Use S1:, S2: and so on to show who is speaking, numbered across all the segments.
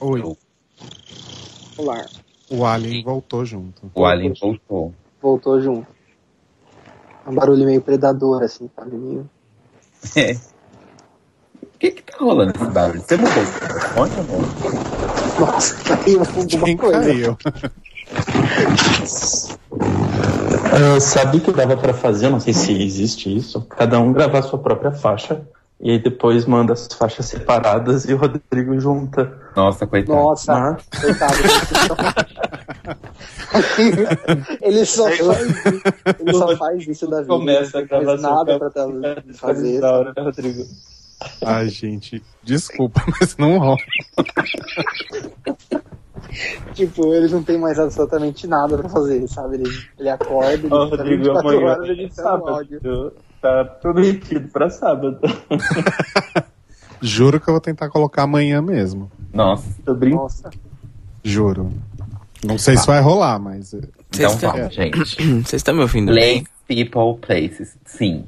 S1: Oi.
S2: Olá.
S1: O Alien voltou junto.
S3: O Alien voltou.
S2: Voltou junto. Um barulho meio predador, assim, sabe? Meio...
S3: É. O que que tá rolando com o barulho? Você mudou o microfone ou não?
S2: Nossa, caiu alguma
S1: Quem
S2: coisa.
S1: caiu?
S4: Ah, sabe que dava pra fazer, eu não sei se existe isso, cada um gravar sua própria faixa e aí depois manda as faixas separadas e o Rodrigo junta.
S3: Nossa, coitado.
S2: Nossa,
S4: Mas-
S2: coitado. ele só faz, ele só faz isso da vida.
S4: Começa a
S2: Não
S4: gravar
S2: faz nada pra tá- fazer isso.
S4: hora, né, Rodrigo.
S1: Ai, gente, desculpa, mas não rola.
S2: Tipo, ele não tem mais absolutamente nada pra fazer, sabe? Ele, ele acorda, ele tá
S4: Ó,
S2: fica
S4: Rodrigo,
S2: 24
S4: amanhã
S2: horas
S4: a gente
S2: editando
S4: sabe.
S2: áudio.
S4: Tá tudo metido pra sábado.
S1: Juro que eu vou tentar colocar amanhã mesmo.
S3: Nossa.
S4: Tô brincando.
S2: Nossa,
S1: Juro. Não sei
S4: Tá.
S1: se vai rolar, mas.
S3: Então
S5: Vocês tão-
S3: vamos, gente.
S5: Vocês estão me ouvindo
S3: Place,
S5: bem?
S3: people, places. Sim.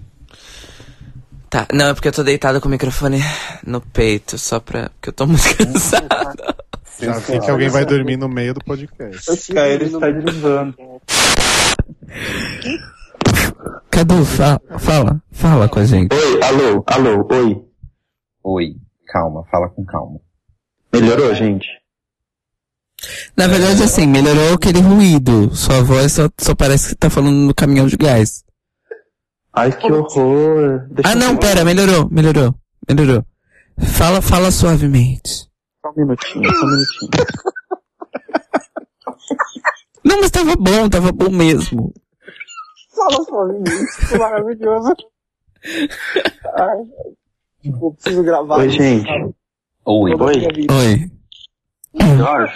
S5: Tá. Não, é porque eu tô deitada com o microfone no peito, só pra. Porque eu tô muito cansada.
S1: Já vi que alguém vai dormir no meio do podcast.
S2: eu tive
S4: Cara,
S2: um
S4: ele tá
S2: menino-
S4: está derivando.
S5: Cadu, fala. Fala com a gente.
S4: Oi, alô, alô, oi.
S3: Oi. Calma, fala com calma.
S4: Melhorou, gente?
S5: Na verdade, assim, melhorou aquele ruído. Sua voz só, só parece que tá falando no caminhão de gás.
S4: Ai, que horror. Deixa
S5: Ah,
S4: eu
S5: não,
S4: ver.
S5: pera, melhorou, melhorou, melhorou. Fala, fala suavemente.
S4: Só um minutinho, só um minutinho.
S5: Não, mas tava bom, tava bom mesmo.
S2: Fala só, isso é maravilhoso. Ai, tipo, eu preciso gravar.
S4: Oi,
S2: isso,
S4: gente.
S2: sabe?
S3: Oi.
S2: Toda a
S4: Oi.
S2: minha vida.
S5: Oi.
S4: Melhor?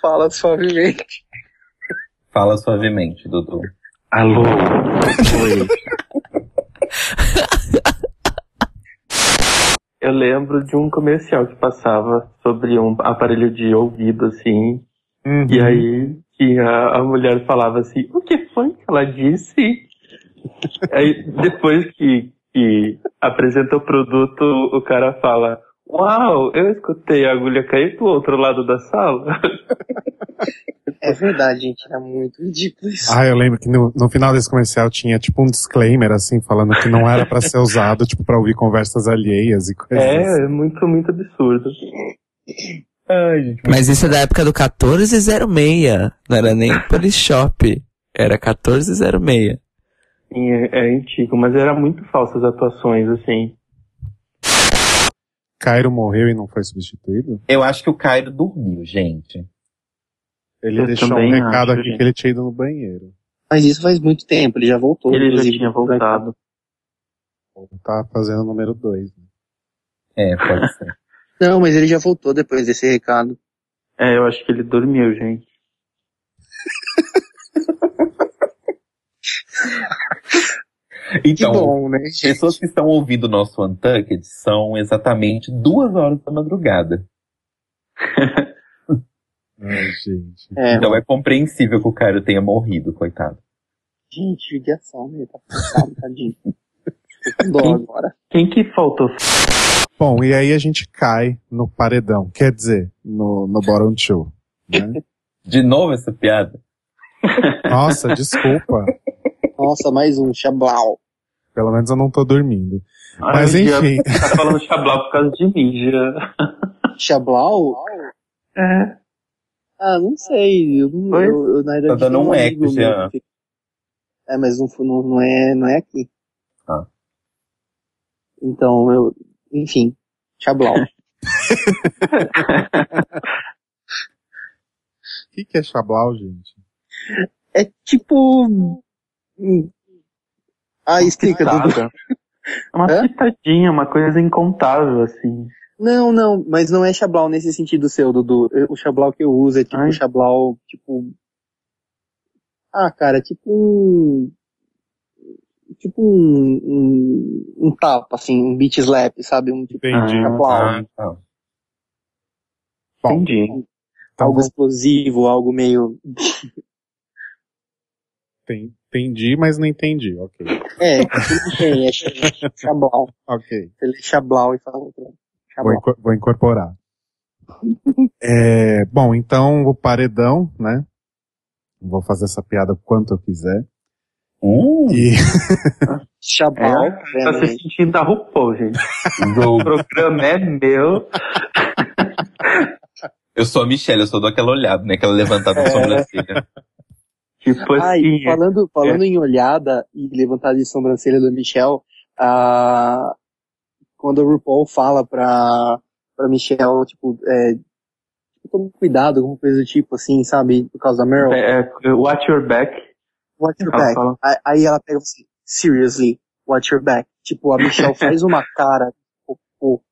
S2: Fala suavemente.
S3: Fala suavemente, Dudu.
S4: Alô? Oi. Eu lembro de um comercial que passava sobre um aparelho de ouvido, assim, e aí que a, a mulher falava assim, o que foi que ela disse? aí depois que, que apresenta o produto, o cara fala, uau, eu escutei a agulha cair pro outro lado da sala.
S2: É verdade, gente. Era muito ridículo isso.
S1: Ah, eu lembro que no, no final desse comercial tinha tipo um disclaimer, assim, falando que não era pra ser usado, tipo, pra ouvir conversas alheias e coisas.
S4: é, é muito, muito absurdo.
S3: Ai, gente.
S5: Mas isso é da época do 1406. Não era nem Polishop. Era 1406.
S4: Sim, é, é antigo, mas era muito falsas atuações, assim.
S1: Cairo morreu e não foi substituído?
S3: Eu acho que o Cairo dormiu, gente.
S1: Ele
S4: Eu
S1: deixou um
S4: também
S1: recado
S4: acho, né?
S1: aqui
S4: gente.
S1: que ele tinha ido no banheiro.
S2: Mas isso faz muito tempo, ele já voltou.
S4: Ele já
S2: inclusive.
S4: tinha voltado.
S1: Tá fazendo o número 2.
S3: É, pode ser.
S2: Não, mas ele já voltou depois desse recado.
S4: É, eu acho que ele dormiu, gente.
S3: Então,
S4: Então.
S2: que bom, né, gente?
S3: pessoas que estão ouvindo o nosso Untucked são exatamente duas horas da madrugada.
S1: Ai, gente.
S2: É,
S3: Então é compreensível que o Cairo tenha morrido, coitado.
S2: gente, ligação, né? Tá passado, tadinho. Tô com dó agora.
S4: Quem que faltou?
S1: Bom, e aí a gente cai no paredão. Quer dizer, no, no bottom two. Né?
S3: De novo essa piada?
S1: Nossa, desculpa.
S2: Nossa, mais um, Xablau.
S1: Pelo menos eu não tô dormindo.
S4: Ai,
S1: Mas
S4: já
S1: enfim,
S4: Tá falando chablau por causa de mim, já.
S2: Xablau?
S4: É.
S2: Ah, não sei. Eu, não-
S4: Oi?
S2: eu, eu, na verdade,
S3: dando
S2: tenho
S3: um eco,
S2: amigo meu
S3: Jean.
S2: que- É, mas não, fu- não, não, é, não é aqui.
S3: Ah.
S2: Então, eu. Enfim, Xablau.
S1: o que, que é Xablau, gente?
S2: é tipo. hum. Ah, explica, Dudu.
S4: Pitada. É uma
S2: Hã?
S4: pitadinha, uma coisa incontável, assim.
S2: Não, não, mas não é xablau nesse sentido seu, Dudu. Eu- O xablau que eu uso é tipo
S4: Ai.
S2: xablau, tipo. Ah, cara, tipo um. Tipo um. Um, um tapa, assim, um beat slap, sabe? Um tipo
S1: Entendi.
S4: Ah,
S2: xablau.
S3: tá.
S1: Bom.
S4: Entendi. tá
S1: Então,
S2: algo explosivo, algo meio.
S1: tem- entendi, mas não entendi. Ok.
S2: É, tudo bem, é xa- xablau.
S1: Ok.
S2: Ele é xablau e fala.
S1: Vou,
S2: Xablau.
S4: Tá
S1: inco- vou incorporar. É, bom, então o paredão, né? Vou fazer essa piada o quanto eu quiser.
S3: Hum,
S1: E
S2: Xabal,
S4: É, tá
S2: né?
S4: se sentindo da RuPaul, gente.
S3: Gol.
S4: O programa é meu.
S3: Eu sou a Michelle, eu só dou aquela olhada, né? Aquela levantada de sobrancelha.
S4: Tipo
S2: Ai,
S4: assim. é.
S2: Ah, falando, falando em olhada e levantada de sobrancelha do Michel, ah, quando o RuPaul fala pra, pra Michel, tipo, é, toma cuidado, alguma coisa do tipo, assim, sabe, por causa da Meryl,
S4: É, é, watch your back.
S2: watch your
S4: Ela
S2: back.
S4: fala.
S2: Aí- Aí ela pega assim, seriously, watch your back. Tipo, a Michelle faz uma cara, tipo, pô,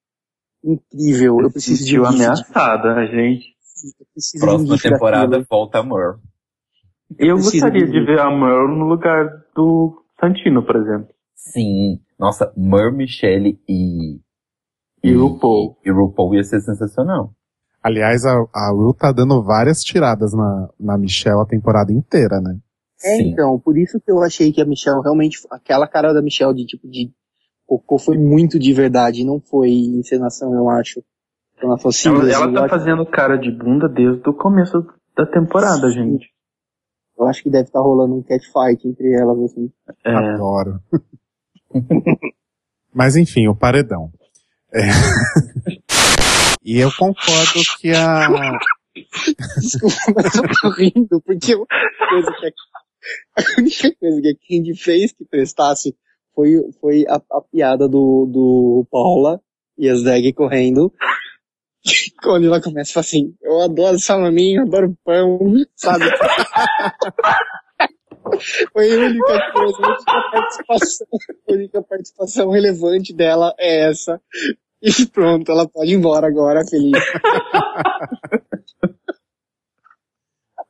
S2: incrível, eu preciso de um
S4: Sentiu
S2: vídeo,
S4: ameaçada, né, gente.
S2: eu preciso de
S3: Próxima
S2: vídeo
S3: temporada,
S2: daquilo.
S3: volta amor.
S4: Eu
S2: Preciso
S4: gostaria
S2: de um
S4: de ver a Merle no lugar do Santino, por exemplo.
S3: Sim. Nossa, Mer, Michelle e.
S4: E RuPaul.
S3: E RuPaul ia ser sensacional.
S1: Aliás, a, a Ru tá dando várias tiradas na, na Michelle a temporada inteira, né?
S2: É,
S3: Sim.
S2: então, por isso que eu achei que a Michelle realmente, aquela cara da Michelle de tipo de cocô foi muito de verdade, não foi encenação, eu acho. Ela falou assim,
S4: ela
S2: eu,
S4: ela tá
S2: acho-
S4: fazendo cara de bunda desde o começo da temporada,
S2: Sim.
S4: gente.
S2: eu acho que deve estar rolando um catfight entre elas, assim.
S4: É,
S3: Ah,
S1: Adoro. Mas enfim, o paredão. É. e eu concordo que a.
S2: Desculpa, mas eu tô rindo, porque a única coisa que a, a única coisa que a Candy fez que prestasse foi, foi a, a piada do, do Paula e as Zeg correndo. Quando ela começa a falar assim, eu adoro salaminho, adoro pão, sabe? Foi a única coisa, a única participação, a única participação relevante dela é essa. E pronto, ela pode ir embora agora, feliz.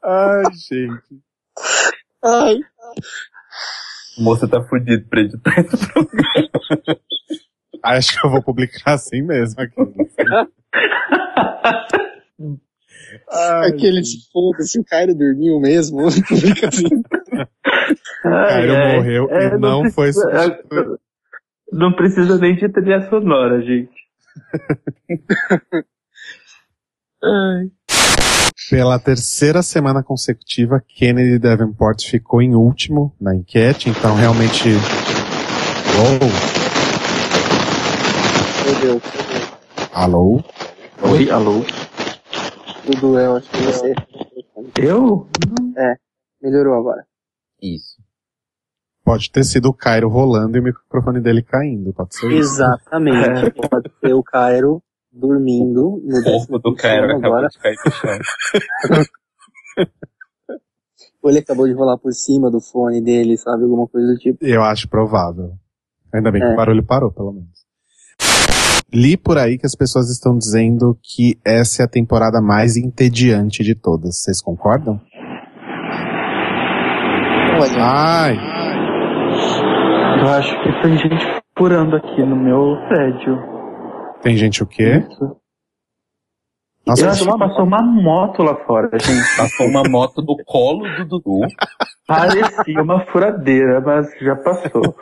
S1: Ai, gente.
S2: Ai,
S4: É.
S3: O moço tá fudido pra editar.
S1: Acho que eu vou publicar assim mesmo aqui. Ai,
S2: Aquele
S1: gente.
S2: tipo, foda-se, o Cairo dormiu mesmo. Fica assim.
S1: Cairo
S4: Ai, ai.
S1: morreu
S4: É,
S1: e não,
S4: precisa-
S1: foi
S4: é, Não precisa nem de trilha sonora, gente.
S1: Pela terceira semana consecutiva, Kennedy Davenport ficou em último na enquete, então realmente. Uou,
S2: Meu Deus.
S1: alô?
S4: Oi, alô?
S2: Dudu, eu acho que você
S4: Eu?
S2: melhorou agora.
S3: Isso.
S1: Pode ter sido o Cairo rolando e o microfone dele caindo, pode ser isso?
S2: Exatamente. Pode ser o Cairo dormindo no
S3: É, O corpo do Cairo acabou de cair pro chão.
S2: Ou ele acabou de rolar por cima do fone dele, sabe? Alguma coisa do tipo.
S1: Eu acho provável. Ainda bem que
S2: É.
S1: o barulho parou, pelo menos. Li por aí que as pessoas estão dizendo que essa é a temporada mais entediante de todas. Vocês concordam?
S2: Olha,
S1: Ai,
S4: Eu acho que tem gente furando aqui no meu prédio.
S1: tem gente o quê? Nossa,
S4: eu acho que passou uma moto lá fora, gente.
S3: Passou uma moto do colo do Dudu.
S4: Parecia uma furadeira, mas já passou.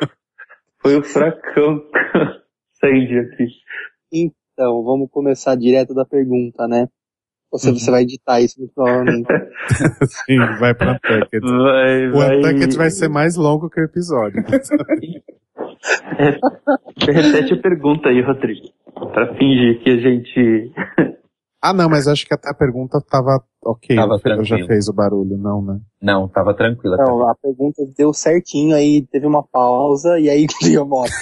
S4: Foi o furacão Sandy aqui.
S2: então, vamos começar direto da pergunta, né? Você,
S3: Uhum.
S2: você vai editar isso muito provavelmente.
S1: sim, vai pra Tucket.
S4: Vai,
S1: O
S4: vai.
S1: Untucket vai ser mais longo que o episódio.
S4: Repete a pergunta aí, Rodrigo. Pra fingir que a gente.
S1: ah, não, mas acho que até a pergunta tava ok.
S3: Tava
S1: eu já
S3: tranquilo.
S1: fez o barulho, não, né?
S3: Não, tava tranquila.
S2: Então, a pergunta deu certinho, aí teve uma pausa e aí deu a moto.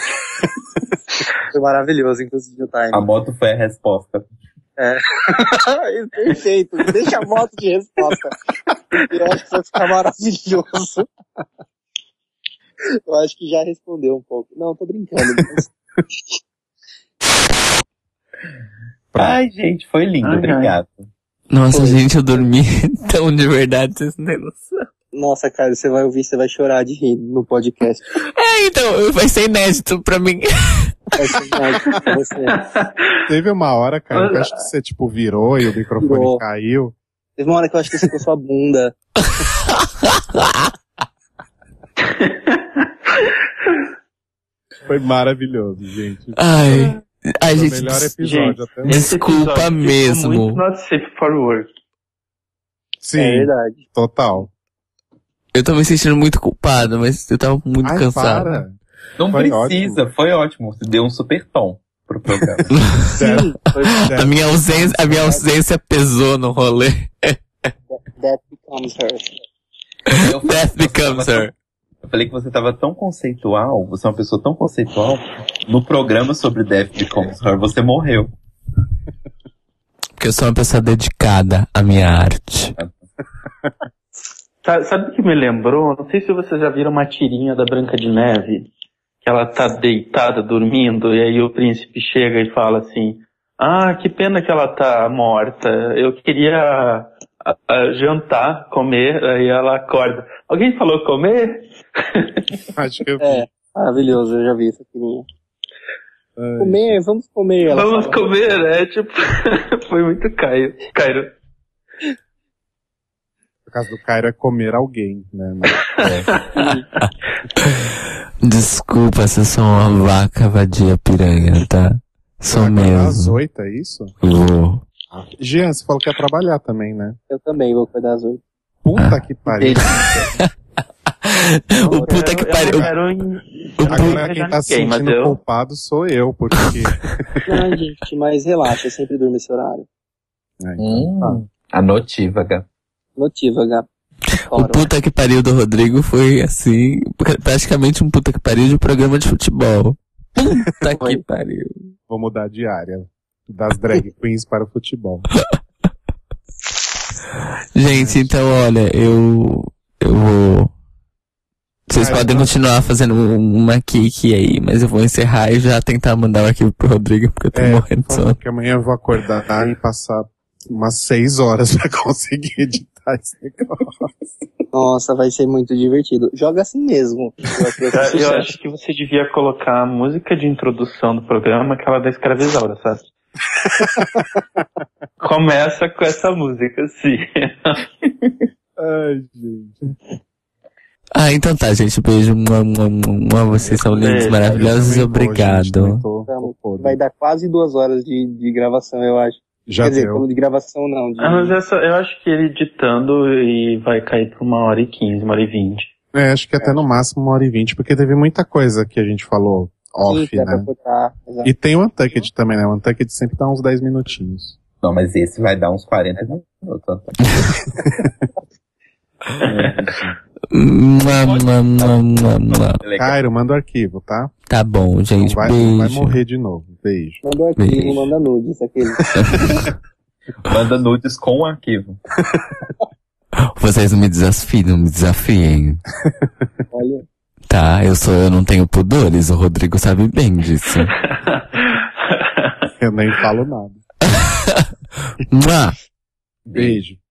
S2: Foi maravilhoso, inclusive, o time.
S3: A moto foi a resposta.
S2: É Perfeito. Deixa a moto de resposta. Eu acho que vai ficar maravilhoso. Eu acho que já respondeu um pouco. Não, tô brincando. mas
S1: Pronto.
S3: Ai, gente, foi lindo.
S4: Ai, ai.
S3: obrigado.
S5: Nossa,
S2: Foi.
S5: gente, eu dormi tão de verdade, vocês não têm noção.
S2: Nossa, cara, você vai ouvir, você vai chorar de rir no podcast.
S5: É, então, vai ser inédito pra mim.
S2: Vai ser inédito pra você.
S1: Teve uma hora, cara, que eu acho que você, tipo, virou e o microfone
S2: Virou.
S1: caiu.
S2: Teve uma hora que eu acho que você com sua bunda.
S1: Foi maravilhoso, gente.
S5: Ai, A
S6: Foi o
S5: gente,
S6: melhor
S5: des-
S6: episódio até agora.
S4: Esse
S5: Desculpa
S4: episódio ficou
S5: mesmo.
S4: Muito not safe for work.
S1: Sim,
S2: É verdade.
S1: total.
S5: eu tô me sentindo muito culpado, mas eu tava muito
S1: Ai,
S5: cansado.
S1: para.
S3: Não
S1: Foi
S3: precisa, foi ótimo. Você deu um super tom pro programa.
S1: Zero.
S5: A minha ausência, a minha ausência pesou no rolê.
S2: That becomes her.
S3: Eu falei que
S5: Death
S3: você
S5: becomes
S3: tava
S5: her.
S3: tão- Eu falei que você tava tão conceitual, você é uma pessoa tão conceitual, no programa sobre Death Becomes Her, você morreu.
S5: Porque eu sou uma pessoa dedicada à minha arte.
S4: Sa- Sabe o que me lembrou? Não sei se vocês já viram uma tirinha da Branca de Neve, que ela tá deitada, dormindo, e aí o príncipe chega e fala assim: Ah, que pena que ela tá morta. Eu queria ah, ah, jantar, comer, aí ela acorda. Alguém falou comer?
S1: Acho que eu-
S2: É, maravilhoso, eu já vi essa filhinha.
S1: Ai.
S2: Comer, vamos comer. Ela
S4: Vamos
S2: fala.
S4: comer, é tipo. Foi muito Caio. Cairo.
S1: Por causa do Cairo é comer alguém, né? Mas
S5: Desculpa se eu sou uma vaca vadia piranha, tá? Sou
S1: acordar às
S5: mesmo.
S1: oito, é isso?
S5: Vou.
S1: Jean, você falou que ia trabalhar também, né?
S2: Eu também vou acordar às oito.
S1: Puta
S5: Ah.
S1: que pariu.
S5: O puta que pariu.
S4: Quero, em-
S5: O
S4: eu não
S5: pu-
S1: Agora
S4: quero
S1: quem
S4: beijar
S1: tá se
S4: ninguém, mas
S1: sentindo
S4: eu-
S1: culpado sou eu, porque.
S2: Não, gente, mas relaxa, eu sempre durmo esse horário.
S1: É,
S3: Hum, a notívaga.
S2: Notívaga.
S5: O
S2: Fora.
S5: puta que pariu do Rodrigo foi assim, pra- praticamente um puta que pariu de um programa de futebol. Puta que
S2: Foi.
S5: pariu.
S1: Vou mudar de área. Das drag queens para o futebol.
S5: Tá. Gente, então olha, eu. Eu vou. Vocês
S1: Ah,
S5: podem
S1: então-
S5: continuar fazendo um- uma kick aí, mas eu vou encerrar e já tentar mandar o arquivo pro Rodrigo, porque eu tô
S1: É,
S5: morrendo de sono.
S1: Porque amanhã eu vou acordar e passar umas seis horas pra conseguir editar esse negócio.
S2: Nossa, vai ser muito divertido. Joga assim mesmo. Eu acho que vai ser
S4: Eu
S2: sucesso.
S4: acho que você devia colocar a música de introdução do programa, aquela da escravizaura, sabe? Começa com essa música, assim.
S1: Ai, gente.
S5: Ah, então tá, gente. Beijo. Mua, mua, mua, mua. Vocês são lindos,
S4: Beijo.
S1: É, Eu
S5: maravilhosos.
S1: também vou, gente, né? também
S5: Obrigado.
S1: tô- tô podre.
S2: Vai dar quase duas horas de, de gravação, eu acho.
S1: Já
S2: Quer
S1: deu.
S2: dizer, como de gravação não. De...
S4: Ah, mas essa, eu acho que ele ditando e vai cair pra uma hora e quinze, uma hora e vinte.
S1: É, acho que até no máximo uma hora e vinte, porque teve muita coisa que a gente falou off,
S2: Sim, dá pra
S1: né?
S2: cortar. Exato.
S1: E tem o Untucked também, né? O Untucked sempre dá uns 10 minutinhos.
S3: Não, mas esse vai dar uns 40 minutos.
S5: Mua, mua, mua, mua, mua.
S3: É Legal.
S1: Cairo, manda o arquivo, tá?
S5: Tá bom,
S1: Não
S5: gente.
S1: vai, não vai
S5: Beijo.
S1: morrer de novo. Beijo.
S2: Manda arquivo,
S5: Beijo.
S2: manda nudes, aquele.
S3: Manda nudes com o arquivo.
S5: Vocês não me desafiam, não me desafiem.
S2: Olha,
S5: Tá, eu sou, eu não tenho pudores, o Rodrigo sabe bem disso.
S1: Eu nem falo nada.
S5: Mua.
S1: Beijo.